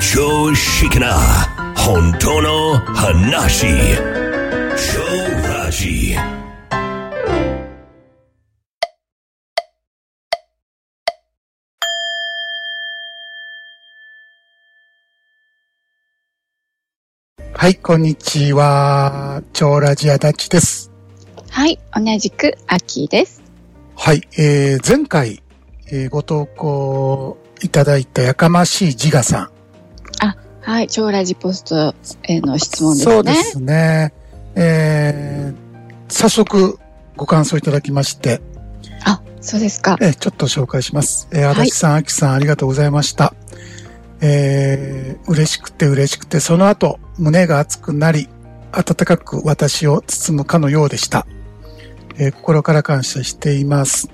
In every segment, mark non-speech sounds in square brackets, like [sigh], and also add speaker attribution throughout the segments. Speaker 1: 常識な本当の話超ラジ
Speaker 2: はい、こんにちは。超ラジアダチです。
Speaker 3: はい、同じく秋です。
Speaker 2: はい、えー、前回、えーご投稿いただいたやかましい自我さん。
Speaker 3: はい、超ラジポストへの質問ですね。
Speaker 2: そうですね。えー、早速ご感想いただきまして、
Speaker 3: あ、そうですか。
Speaker 2: えーちょっと紹介します。えー、
Speaker 3: はい
Speaker 2: 足立さん、あきさん、ありがとうございました。えー、嬉しくて嬉しくて、その後、胸が熱くなり、温かく私を包むかのようでした。えー心から感謝しています。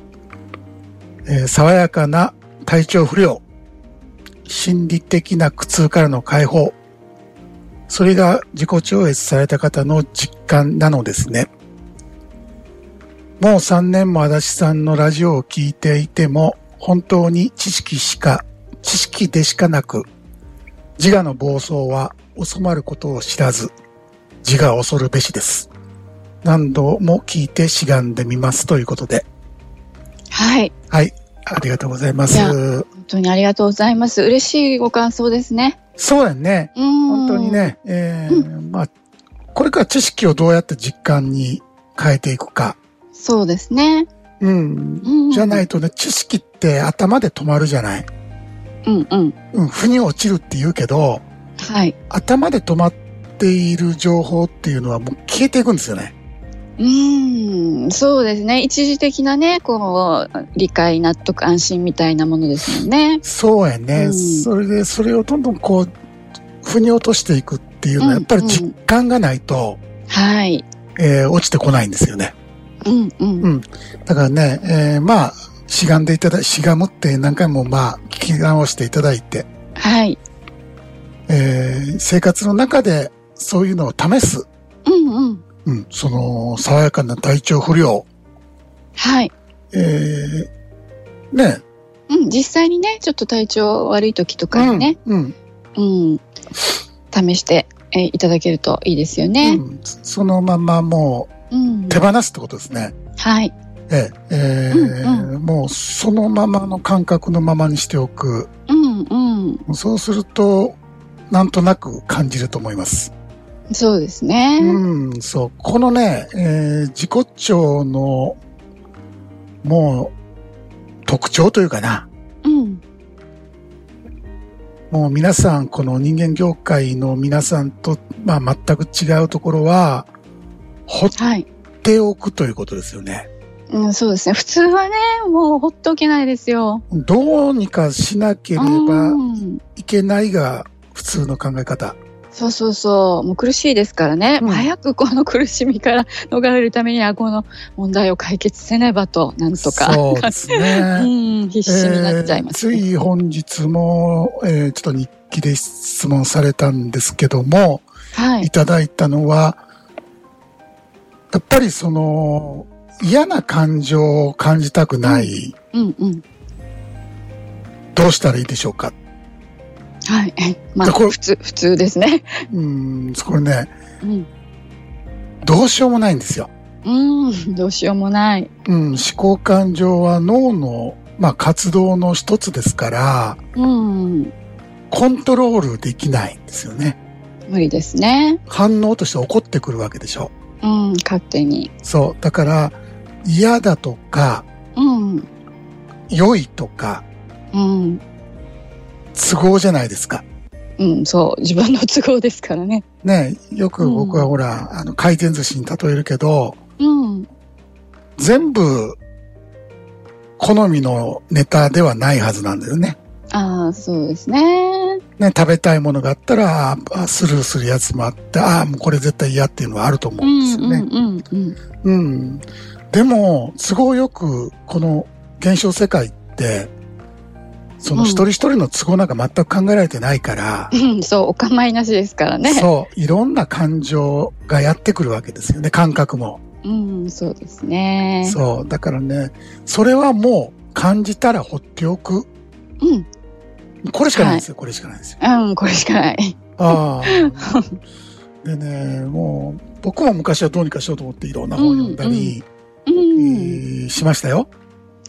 Speaker 2: えー爽やかな体調不良、心理的な苦痛からの解放、それが自己超越された方の実感なのですね。もう3年も足立さんのラジオを聞いていても、本当に知識しか、知識でしかなく、自我の暴走は収まることを知らず、自我を恐るべしです。何度も聞いてしがんでみますということで。
Speaker 3: はい、
Speaker 2: はい、ありがとうございま
Speaker 3: いや
Speaker 2: す。
Speaker 3: 本当にありがとうございます。嬉しいご感想ですね。
Speaker 2: そうやね。
Speaker 3: うーん。
Speaker 2: 本当に。ね、えーまあ、これから知識をどうやって実感に変えていくか。
Speaker 3: そうですね。
Speaker 2: うん。
Speaker 3: うん、
Speaker 2: じゃない。とね、知識って頭で止まるじゃない。
Speaker 3: うんうん。
Speaker 2: うん、腑に落ちるって言うけど、
Speaker 3: はい。
Speaker 2: 頭で止まっている情報っていうのはもう消えていくんですよね。
Speaker 3: うーん、そうですね。一時的なね、こう、理解、納得、安心みたいなものですもんね。
Speaker 2: そうやね。
Speaker 3: うん
Speaker 2: それで、それをどんどんこう、腑に落としていくっていうのは、
Speaker 3: うん
Speaker 2: やっぱり実感がないと、
Speaker 3: はい。
Speaker 2: えー落ちてこないんですよね。
Speaker 3: うんうん。
Speaker 2: うんだからね、えーまあ、しがんでいただ、しがむって何回もまあ、聞き直していただいて、
Speaker 3: はい。
Speaker 2: えー生活の中でそういうのを試す。
Speaker 3: うんうん。
Speaker 2: うん、その、爽やかな体調不良、
Speaker 3: はい。
Speaker 2: えーね、
Speaker 3: うん、実際にね、ちょっと体調悪い時とかにね、
Speaker 2: うん、うん、
Speaker 3: うん、試して、えーいただけるといいですよ
Speaker 2: う
Speaker 3: ね。
Speaker 2: んそのままも
Speaker 3: うん
Speaker 2: う手放すってことですね。
Speaker 3: はい。
Speaker 2: ええええ
Speaker 3: うん
Speaker 2: もうそのままの感覚のままにしておく。
Speaker 3: うんうん。
Speaker 2: そうすると、なんとなく感じると思います。
Speaker 3: そうですね。
Speaker 2: うん、そう。このね、えー自己調の、もう、特徴というかな。
Speaker 3: うん。
Speaker 2: もう皆さん、この人間業界の皆さんと、まあ全く違うところは、放っ
Speaker 3: はい、
Speaker 2: ておくということですよね。
Speaker 3: うん。そうですね。普通はね、もうほっとけないですよ。
Speaker 2: どうにかしなければ
Speaker 3: うん。
Speaker 2: いけないが普通の考え方。
Speaker 3: そうそうそう。もう苦しいですからね。
Speaker 2: うん
Speaker 3: 早くこの苦しみから逃れるためには、この問題を解決せねばと、なんとか。
Speaker 2: そうです
Speaker 3: [laughs] う
Speaker 2: ね。
Speaker 3: ん。必死になっちゃいます、
Speaker 2: えーつい本日も、えーちょっと日記で質問されたんですけども、
Speaker 3: はいい。
Speaker 2: ただいたのは、やっぱりその、嫌な感情を感じたくない、
Speaker 3: うんうん。
Speaker 2: どうしたらいいでしょうか。
Speaker 3: はい。まあ、
Speaker 2: だから
Speaker 3: 普通、普通ですね。
Speaker 2: うん、これね、
Speaker 3: うん。
Speaker 2: どうしようもないんですよ。
Speaker 3: うん。どうしようもない。
Speaker 2: うん、思考感情は脳の、まあ、活動の一つですから、
Speaker 3: うん。
Speaker 2: コントロールできないんですよね。
Speaker 3: 無理ですね。
Speaker 2: 反応として起こってくるわけでしょ。
Speaker 3: うん、勝手に。
Speaker 2: そう。だから、嫌だとか、
Speaker 3: うん、
Speaker 2: 良いとか、
Speaker 3: うん、
Speaker 2: 都合じゃないですか。
Speaker 3: うん、そう、自分の都合ですからね。
Speaker 2: ねよく僕は
Speaker 3: うん
Speaker 2: ほら、あの、回転寿司に例えるけど、
Speaker 3: うん、
Speaker 2: 全部、好みのネタではないはずなんだよね。
Speaker 3: ああ、そうですね。
Speaker 2: ね、食べたいものがあったら、あスルーするやつもあって、ああ、もうこれ絶対嫌っていうのはあると思
Speaker 3: う
Speaker 2: うんで
Speaker 3: ん、
Speaker 2: すよね。
Speaker 3: うん、うん、うん。
Speaker 2: うん。でも、都合よく、この現象世界って、その
Speaker 3: うん
Speaker 2: 一人一人の都合なんか全く考えられてないから、
Speaker 3: うん、そう、お構いなしですから [laughs] ね。
Speaker 2: そう、いろんな感情がやってくるわけですよね、感覚も。
Speaker 3: うん、そうですね。
Speaker 2: そう、だからね、それはもう感じたら放っておく。
Speaker 3: うん、
Speaker 2: これしかないんですよ、これしかないんですよ。
Speaker 3: うん、これしかない。
Speaker 2: ああ。
Speaker 3: [laughs]
Speaker 2: でね、もう、僕も昔はどうにかしようと思っていろんな本を読んだり、
Speaker 3: う
Speaker 2: え
Speaker 3: ん。
Speaker 2: ーしましたよ。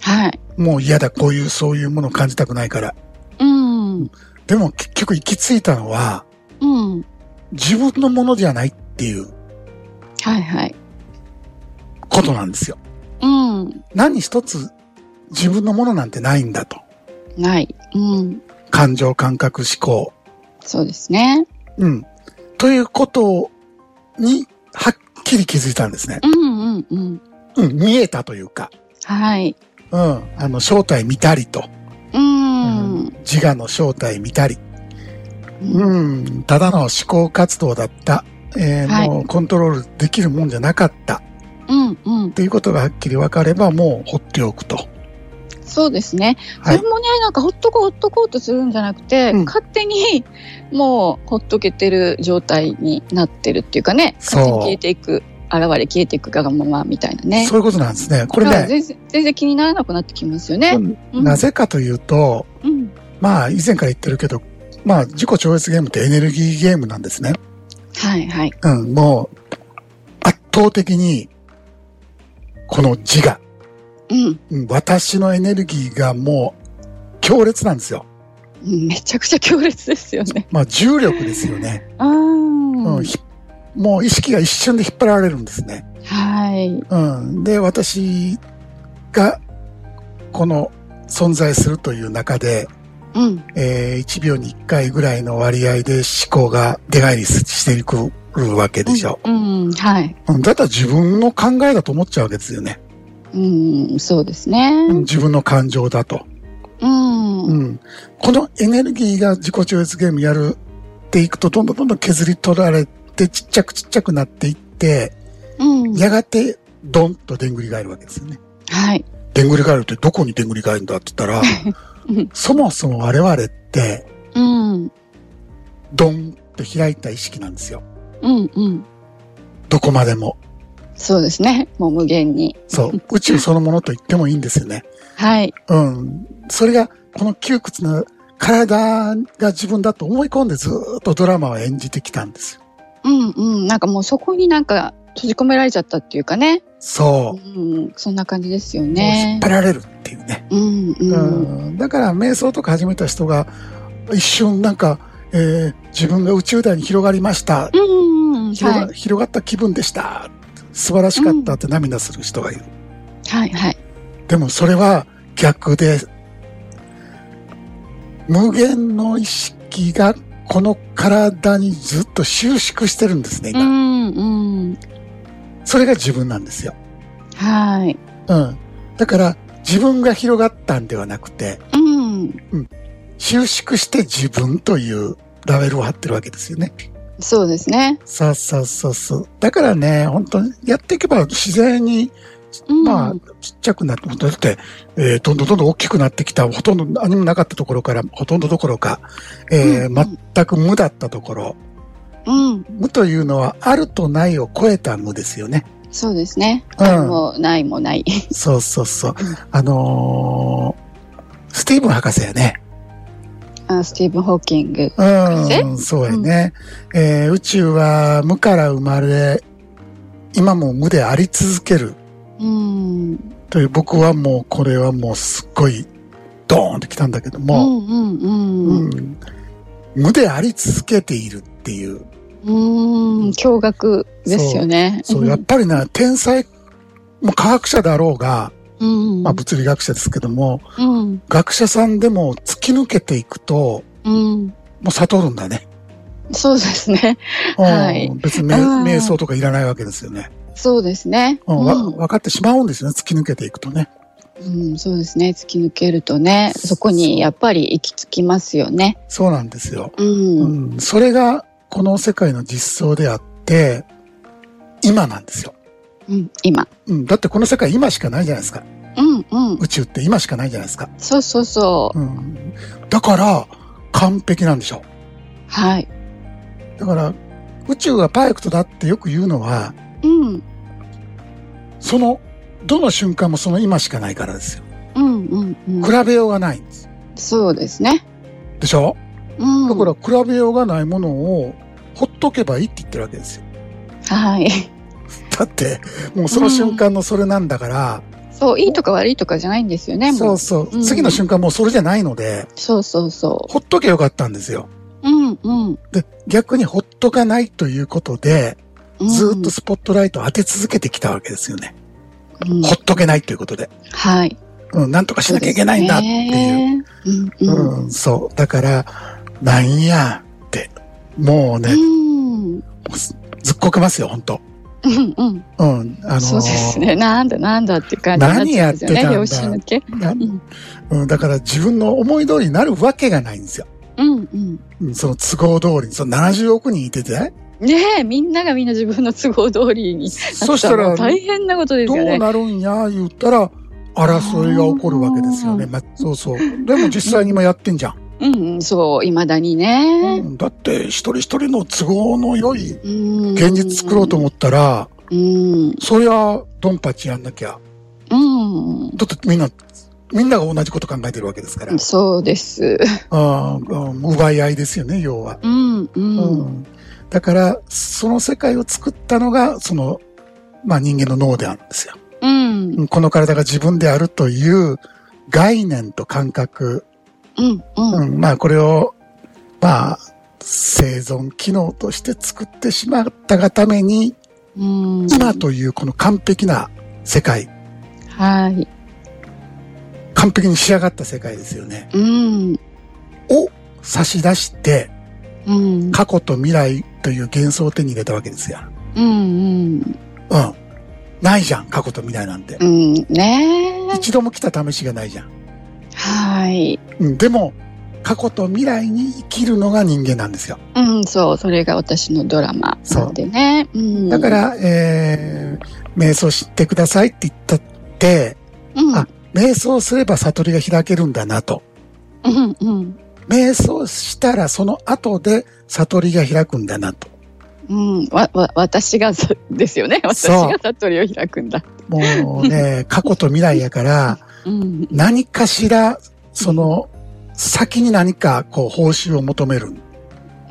Speaker 3: はい。
Speaker 2: もう嫌だ、こういう、そういうものを感じたくないから。
Speaker 3: うん。
Speaker 2: でも結局行き着いたのは、
Speaker 3: うん。
Speaker 2: 自分のものじゃないっていう
Speaker 3: はいはい。
Speaker 2: ことなんですよ。
Speaker 3: うん。
Speaker 2: 何一つ自分のものなんてないんだと。
Speaker 3: ない。うん。
Speaker 2: 感情、感覚、思考。
Speaker 3: そうですね。
Speaker 2: うん。ということに、はっきり気づいたんですね。
Speaker 3: うんうんうん。
Speaker 2: うん、見えたというか。
Speaker 3: はい。
Speaker 2: うん。あの、正体見たりと。
Speaker 3: うん。
Speaker 2: 自我の正体見たり。
Speaker 3: うん
Speaker 2: うん。ただの思考活動だった。えー
Speaker 3: はい
Speaker 2: もうコントロールできるもんじゃなかった。っ
Speaker 3: うんうん。
Speaker 2: ていうことがはっきり分かれば、もう放っておくと。
Speaker 3: そうですね。
Speaker 2: はい
Speaker 3: これもね、なんかほっとこう、ほっとこうとするんじゃなくて、
Speaker 2: うん
Speaker 3: 勝手にもうほっとけてる状態になってるっていうかね、
Speaker 2: そう
Speaker 3: 勝手に消えていく、現れ消えていくがままみたいなね。
Speaker 2: そういうことなんですね。これ
Speaker 3: だから
Speaker 2: ね、
Speaker 3: 全然全然気にならなくなってきますよね。うん
Speaker 2: なぜかというと、
Speaker 3: うん。
Speaker 2: まあ、以前から言ってるけど、まあ、自己超越ゲームってエネルギーゲームなんですね。
Speaker 3: はいはい。
Speaker 2: うん、もう、圧倒的に、この自我、
Speaker 3: うん。
Speaker 2: うん私のエネルギーがもう、強烈なんですよ。
Speaker 3: うんめちゃくちゃ強烈ですよね。
Speaker 2: まあ、重力ですよね。
Speaker 3: ああ。
Speaker 2: うん、ひもう意識が一瞬で引っ張られるんですね。
Speaker 3: はい。
Speaker 2: うん、で、私が、この存在するという中で、
Speaker 3: うん。
Speaker 2: え1秒に1回ぐらいの割合で思考が出返りしていくわけでしょ。
Speaker 3: うん。はい。
Speaker 2: うん、だったら自分の考えだと思っちゃうわけですよね。
Speaker 3: うん。そうですね。
Speaker 2: うん自分の感情だと。
Speaker 3: うん。
Speaker 2: う
Speaker 3: うん。
Speaker 2: ん、このエネルギーが自己超越ゲームやるっていくと、どんどんどんどん削り取られて、ちっちゃくちっちゃくなっていって、やがて、ドンとでんぐり返るわけですよね。
Speaker 3: はい。
Speaker 2: でんぐり返るってどこにでんぐり返るんだって言ったら
Speaker 3: うん、
Speaker 2: そもそも我々って、
Speaker 3: うん。
Speaker 2: ドンと開いた意識なんですよ。
Speaker 3: うん。うん。
Speaker 2: どこまでも。
Speaker 3: そうですね。 [laughs] もう無限に。 [laughs]
Speaker 2: そう。宇宙そのものと言ってもいいんですよね。
Speaker 3: はい。
Speaker 2: うん。それが、この窮屈な体が自分だと思い込んでずーっとドラマを演じてきたんですよ。
Speaker 3: うんうん。なんかもうそこになんか閉じ込められちゃったっていうかね。
Speaker 2: そうう。
Speaker 3: ん。そんな感じですよ
Speaker 2: もう引
Speaker 3: ね
Speaker 2: っ。張られるっていうね。
Speaker 3: うんう。
Speaker 2: うんん。だから、瞑想とか始めた人が、一瞬なんか、えー自分が宇宙大に広がりました。
Speaker 3: うん。うん
Speaker 2: 広
Speaker 3: は
Speaker 2: が広がった気分でした。素晴らしかったって涙する人がいる。
Speaker 3: い。はいはい。
Speaker 2: でもそれは逆で、無限の意識がこの体にずっと収縮してるんですね、
Speaker 3: う
Speaker 2: 今。
Speaker 3: んうん。
Speaker 2: それが自分なんですよ。
Speaker 3: はい。
Speaker 2: うん。だから自分が広がったんではなくて、
Speaker 3: うん。
Speaker 2: 収縮して自分というラベルを貼ってるわけですよね。
Speaker 3: そうですね。
Speaker 2: そうそうそうそう。だからね、本当にやっていけば自然に、
Speaker 3: うん
Speaker 2: まあ、ちっちゃくなって、だって、えーどんどんどんどん大きくなってきた、ほとんど何もなかったところから、ほとんどどころか、えー
Speaker 3: うんうん
Speaker 2: 全く無だったところ。
Speaker 3: うん。
Speaker 2: 無というのは、あるとないを超えた無ですよね。
Speaker 3: そうですね。
Speaker 2: うん
Speaker 3: あるもないもない。 [laughs]
Speaker 2: そうそうそう
Speaker 3: うん。
Speaker 2: あのースティーブン博士やね。
Speaker 3: あスティーブン・ホーキング。
Speaker 2: うん、そうやね。えー宇宙は無から生まれ、今も無であり続ける
Speaker 3: うん。
Speaker 2: という、僕はもう、これはもうすっごい、ドーンってきたんだけど
Speaker 3: う
Speaker 2: も、
Speaker 3: んうん
Speaker 2: う
Speaker 3: うん。
Speaker 2: ん無であり続けているっていう、
Speaker 3: うん。驚愕ですよね。
Speaker 2: そう、やっぱりな、天才、もう科学者だろうが、
Speaker 3: うん。
Speaker 2: まあ物理学者ですけども、
Speaker 3: うん。
Speaker 2: 学者さんでも突き抜けていくと、
Speaker 3: うん。
Speaker 2: もう悟るんだね。
Speaker 3: そうですね。
Speaker 2: うん
Speaker 3: はい
Speaker 2: 別にめ
Speaker 3: うん
Speaker 2: 瞑想とかいらないわけですよね。
Speaker 3: そうですね。
Speaker 2: うんわ
Speaker 3: うん
Speaker 2: 分かってしまうんですよね、突き抜けていくとね。
Speaker 3: うん、そうですね。突き抜けるとね、そこにやっぱり行き着きますよね。
Speaker 2: そうなんですよ。
Speaker 3: うん。
Speaker 2: うん、それが、この世界の実相であって、今なんですよ。
Speaker 3: うん、今。
Speaker 2: うん、だってこの世界今しかないじゃないですか。
Speaker 3: うん、うん。
Speaker 2: 宇宙って今しかないじゃないですか。
Speaker 3: そうそうそう。
Speaker 2: うん、だから、完璧なんでしょ
Speaker 3: はい。
Speaker 2: う。だから、宇宙がパーフェクトだってよく言うのは、
Speaker 3: うん、
Speaker 2: その、どの瞬間もその今しかないからですよ。
Speaker 3: うん、うん、うん。
Speaker 2: 比べようがないんです。
Speaker 3: そうですね。
Speaker 2: でしょ
Speaker 3: うん。
Speaker 2: だから比べようがないものをほっとけばいいって言ってるわけですよ。
Speaker 3: はい。 [laughs]
Speaker 2: だって、もうその瞬間のそれなんだから、
Speaker 3: そう、いいとか悪いとかじゃないんですよね、
Speaker 2: そ
Speaker 3: もう
Speaker 2: う。そう、
Speaker 3: うん
Speaker 2: 次の瞬間もうそれじゃないので、
Speaker 3: そうそうそ
Speaker 2: ほっとけばよかったんですよ。
Speaker 3: う。うんうん。
Speaker 2: で、逆にほっとかないということで、
Speaker 3: うん
Speaker 2: ずーっとスポットライトを当て続けてきたわけですよね。
Speaker 3: うん
Speaker 2: ほっとけないということで。
Speaker 3: はい。
Speaker 2: うん、なんとかしなきゃいけないんだっていう。
Speaker 3: そうです
Speaker 2: う
Speaker 3: ね。
Speaker 2: ん、そう。だから、なんやって。もうね、
Speaker 3: うんうん。
Speaker 2: ずっこけますよ、ほんと。
Speaker 3: うんうん。
Speaker 2: うん、あのー
Speaker 3: そうですね。なんだなんだっていう感じになっちゃうんですよね。
Speaker 2: 何や
Speaker 3: 拍
Speaker 2: ってた
Speaker 3: 子
Speaker 2: んだ
Speaker 3: 抜け。
Speaker 2: な
Speaker 3: うん
Speaker 2: うん、だから自分の思い通りになるわけがないんですよ。
Speaker 3: うんうん。
Speaker 2: うん、その都合通りに、その70億人いてて、
Speaker 3: ねえ、みんながみんな自分の都合通りになったら。
Speaker 2: そしたら
Speaker 3: 大変なことです
Speaker 2: ど
Speaker 3: よ
Speaker 2: う
Speaker 3: ね。
Speaker 2: なるんや、言ったら、争いが起こるわけですよね。
Speaker 3: あー
Speaker 2: まあ、そうそう。でも実際に今やってんじゃん。
Speaker 3: うんうん、そう、未だに
Speaker 2: う
Speaker 3: ね。
Speaker 2: ん、だって、一人一人の都合の良い
Speaker 3: うん。
Speaker 2: 現実作ろうと思ったら、
Speaker 3: うん。
Speaker 2: そりゃ、ドンパチやんなきゃ。
Speaker 3: うん。
Speaker 2: だってみんな、みんなが同じこと考えてるわけですから。
Speaker 3: そうです。
Speaker 2: あーうん奪い合いですよね、要は。
Speaker 3: うんうん。
Speaker 2: うんだから、その世界を作ったのが、その、まあ人間の脳であるんですよ。
Speaker 3: うん。
Speaker 2: うんこの体が自分であるという概念と感覚、
Speaker 3: うん
Speaker 2: う、
Speaker 3: うん
Speaker 2: まあこれを、まあ、生存機能として作ってしまったがために、
Speaker 3: ん。うん。
Speaker 2: 今というこの完璧な世界、
Speaker 3: はい。
Speaker 2: 完璧に仕上がった世界ですよね。
Speaker 3: うん。
Speaker 2: を差し出して、
Speaker 3: うん。
Speaker 2: 過去と未来という幻想を手に入れたわけですよ。
Speaker 3: うんうん。
Speaker 2: うん。ないじゃん、過去と未来なんて。
Speaker 3: うん。ね
Speaker 2: 一度も来た試しがないじゃん。
Speaker 3: え。はい。
Speaker 2: うん、でも、過去と未来に生きるのが人間なんですよ。
Speaker 3: うん、そう、それが私のドラマなんでね。うん、
Speaker 2: だか、ら、えー、瞑想してくださいって言ったって、
Speaker 3: うん、
Speaker 2: あ瞑想すれば悟りが開けるんだなと。
Speaker 3: うん、うん、
Speaker 2: 瞑想したらその後で悟りが開くんだなと。
Speaker 3: うん、わ、わ、私がそ、ですよね。私
Speaker 2: そう
Speaker 3: が悟りを開くんだ。
Speaker 2: もう
Speaker 3: [laughs]
Speaker 2: ね、過去と未来やから、
Speaker 3: うん、
Speaker 2: 何かしら、その、先に何か、こう、報酬を求める。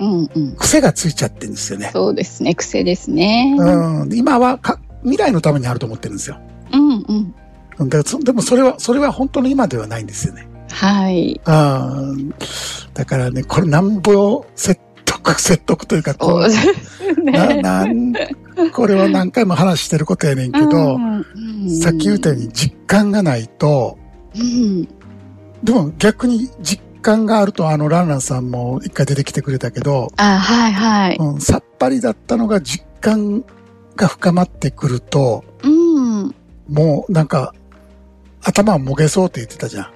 Speaker 3: うん、うん。
Speaker 2: 癖がついちゃってるんですよね。
Speaker 3: そうですね、癖ですね。
Speaker 2: うん。今はか、未来のためにあると思ってるんですよ。
Speaker 3: うん、うん。
Speaker 2: うんだからそでもそれは、それは本当の今ではないんですよね。
Speaker 3: はい。
Speaker 2: あーだからね、これなんぼ説得、 [laughs] 説得というか、こ
Speaker 3: そう
Speaker 2: う、
Speaker 3: です
Speaker 2: な、
Speaker 3: [laughs] ね。
Speaker 2: なん、これは何回も話してることやねんけど、さっき言ったよう
Speaker 3: に。
Speaker 2: に実感がないと、
Speaker 3: うん、
Speaker 2: でも逆に実感があると、あの、ランランさんも一回出てきてくれたけど、
Speaker 3: あ、はい、はい。
Speaker 2: うん、さっぱりだったのが実感が深まってくると、
Speaker 3: うん、うん、
Speaker 2: もうなんか、頭をもげそうって言ってたじゃん。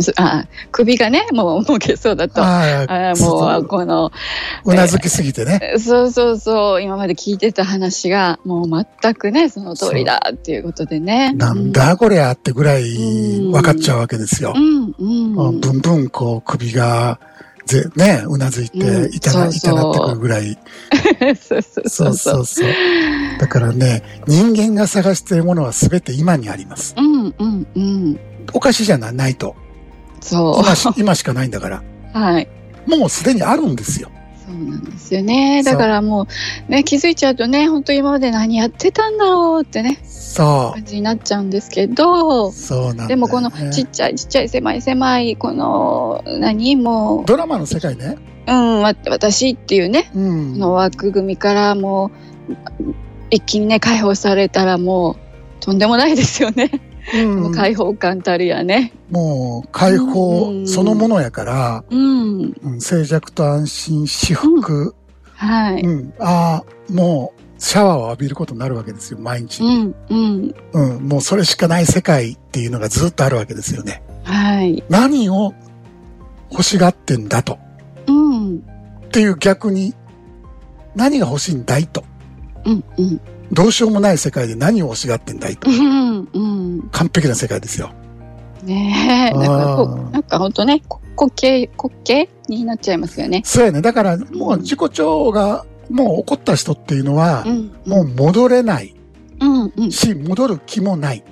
Speaker 3: すあ、首がね、もう、もうけそうだと。あ
Speaker 2: ああ、
Speaker 3: もう、
Speaker 2: う、
Speaker 3: この、
Speaker 2: うなずきすぎてね。
Speaker 3: そうそうそう、今まで聞いてた話が、もう全くね、その通りだっていうことでね。
Speaker 2: なんだこりゃってぐらい分かっちゃうわけですよ
Speaker 3: う。ん、うん、
Speaker 2: あ
Speaker 3: うん。
Speaker 2: ぶんぶんこう首が、ぜ、ね、うなずいて
Speaker 3: うん
Speaker 2: いたな、
Speaker 3: そうそう
Speaker 2: いたなってくるぐらい。
Speaker 3: [laughs] そうそう
Speaker 2: そ
Speaker 3: そううそ。
Speaker 2: そううそう。だからね、人間が探しているものは全て今にあります。
Speaker 3: うん、うん、うん。
Speaker 2: おかしいじゃない、ないと。
Speaker 3: そ
Speaker 2: 今し、今しかないんだから。
Speaker 3: う。はい。
Speaker 2: もうすでにあるんですよ。
Speaker 3: そうなんですよね。
Speaker 2: そう
Speaker 3: だからもう、ね、気づいちゃうとね、本当今まで何やってたんだろうってね、
Speaker 2: そ
Speaker 3: 感じになっちゃうんですけど
Speaker 2: う。、そうなんだ、ね。
Speaker 3: でもこのちっちゃいちっちゃい狭い狭い、この、何も
Speaker 2: ドラマの世界ね。
Speaker 3: う、うん、わ私っていうね、
Speaker 2: うん。
Speaker 3: の枠組みからもう一気にね解放されたらもうとんでもないですよね、
Speaker 2: うん
Speaker 3: もう解放感たるやね
Speaker 2: もう解放そのものやから、
Speaker 3: うん
Speaker 2: うん静寂と安心、至福、
Speaker 3: はい
Speaker 2: うん、ああ、もう、シャワーを浴びることになるわけですよ、毎日
Speaker 3: う。んうん
Speaker 2: うん、もうそれしかない世界っていうのがずっとあるわけですよね。
Speaker 3: はい
Speaker 2: 何を欲しがってんだと。
Speaker 3: うんうん
Speaker 2: っていう逆に、何が欲しいんだいと。
Speaker 3: うんうん
Speaker 2: どうしようもない世界で何を欲しがってんだいと。
Speaker 3: うん
Speaker 2: 完璧な世界ですよ。
Speaker 3: ねえだからこ
Speaker 2: あー
Speaker 3: なんかほんとねこ滑稽滑稽になっちゃいますよね
Speaker 2: そうやね。だから、もう自己調が、もう起こった人っていうのは
Speaker 3: う、ん
Speaker 2: もう戻れない
Speaker 3: うんうん
Speaker 2: し、戻る気もない。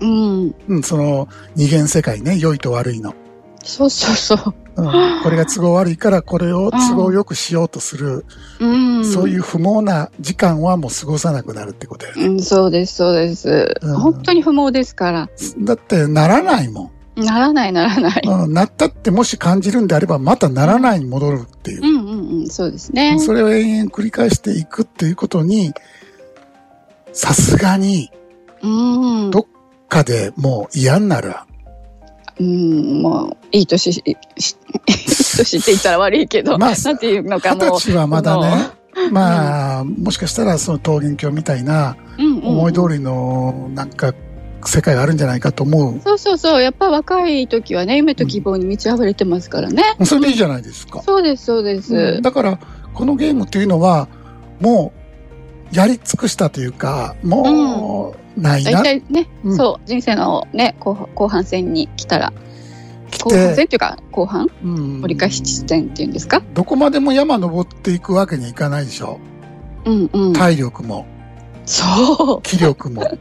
Speaker 3: うん
Speaker 2: うん、その、二元世界ね、良いと悪いの。
Speaker 3: そうそうそう
Speaker 2: うん、これが都合悪いからこれを都合よくしようとする、
Speaker 3: うん。
Speaker 2: そういう不毛な時間はもう過ごさなくなるってことやね。
Speaker 3: うん、そうです、そうです、
Speaker 2: うん
Speaker 3: 本当に不毛ですから。
Speaker 2: だってならないも
Speaker 3: ならない、ならない。
Speaker 2: ん。うん、なったってもし感じるんであればまたならないに戻るっていう
Speaker 3: う。んうんうん、そうですね。
Speaker 2: それを延々繰り返していくっていうことに、さすがに、
Speaker 3: うん。
Speaker 2: どかでもう嫌になる。
Speaker 3: うん、もう、いい年し、しいい年って言ったら悪いけど、
Speaker 2: まあ
Speaker 3: なんていうのか
Speaker 2: 二
Speaker 3: も
Speaker 2: 十
Speaker 3: う。
Speaker 2: 歳はまだね、まあ、もしかしたらその桃源郷みたいな
Speaker 3: うんうん
Speaker 2: 思い通りのなんか世界があるんじゃないかと思う。
Speaker 3: そうそうそう、やっぱ若い時はね、夢と希望に満ち溢れてますからね。
Speaker 2: それでいいじゃないですか。
Speaker 3: そうです、そうです。
Speaker 2: うんだから、このゲームっていうのは、もう、やり尽くしたというか、もう、ない
Speaker 3: 大
Speaker 2: な。
Speaker 3: 体ね、
Speaker 2: うん
Speaker 3: そう、人生のね、後半後半戦に来たら、
Speaker 2: 来
Speaker 3: 後半戦っていうか、後半
Speaker 2: うん
Speaker 3: 折り返し地点っていうんですか
Speaker 2: どこまでも山登っていくわけにいかないでしょ。
Speaker 3: うんうん。
Speaker 2: 体力も、
Speaker 3: そ
Speaker 2: 気力も。
Speaker 3: う。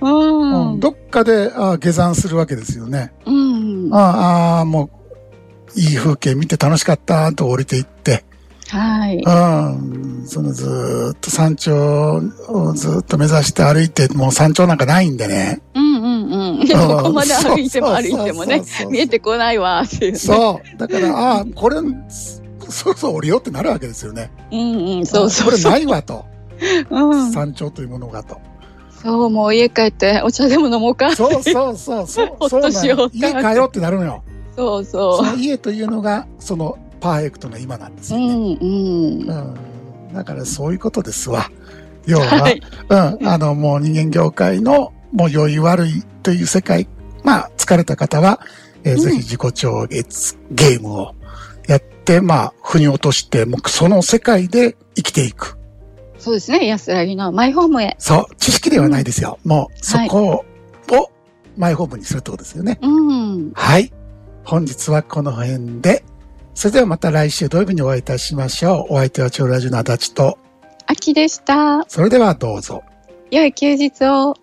Speaker 3: うん。
Speaker 2: うんどっかであ下山するわけですよね。
Speaker 3: うん。は
Speaker 2: ああ、もう、いい風景見て楽しかったと降りていって、
Speaker 3: い。
Speaker 2: うん、そのずーっと山頂をずーっと目指して歩いて、もう山頂なんかないんでね。
Speaker 3: うんうんうん。でも [laughs] ここまで歩いても歩いてもね、見えてこないわっていう、ね。
Speaker 2: そう。だから、ああ、これ、そろそろ降りようってなるわけですよね。
Speaker 3: うんうん、そうそ
Speaker 2: こ
Speaker 3: う
Speaker 2: れ
Speaker 3: そう。
Speaker 2: ないわと。
Speaker 3: うん、
Speaker 2: 山頂というものがと。
Speaker 3: そう、もう家帰ってお茶でも飲もうか。
Speaker 2: そうそうそうそう。そう
Speaker 3: [laughs] ほっと
Speaker 2: な
Speaker 3: しよ
Speaker 2: の
Speaker 3: うって
Speaker 2: 家帰ろうってなるのよ。
Speaker 3: [laughs] そう
Speaker 2: そ
Speaker 3: そ
Speaker 2: の家というのが、そのパーフェクトな今なんです
Speaker 3: う。う
Speaker 2: よね。
Speaker 3: んうん。
Speaker 2: うんだからそういうことですわ。要は、
Speaker 3: はい。
Speaker 2: うん、あの、もう人間業界の、もう良い悪いという世界、まあ、疲れた方は、えー
Speaker 3: うん
Speaker 2: ぜひ自己調月ゲームをやって、まあ、腑に落として、もうその世界で生きていく。
Speaker 3: そうですね、安らぎのマイホームへ。
Speaker 2: そう、知識ではないですよ。もう、そこを、をマイホームにするってことですよね。
Speaker 3: うん。
Speaker 2: はい。本日はこの辺で、それではまた来週土曜日にお会いいたしましょう。お相手は超ラジオの足立と、
Speaker 3: 秋でした。
Speaker 2: それではどうぞ。
Speaker 3: 良い休日を。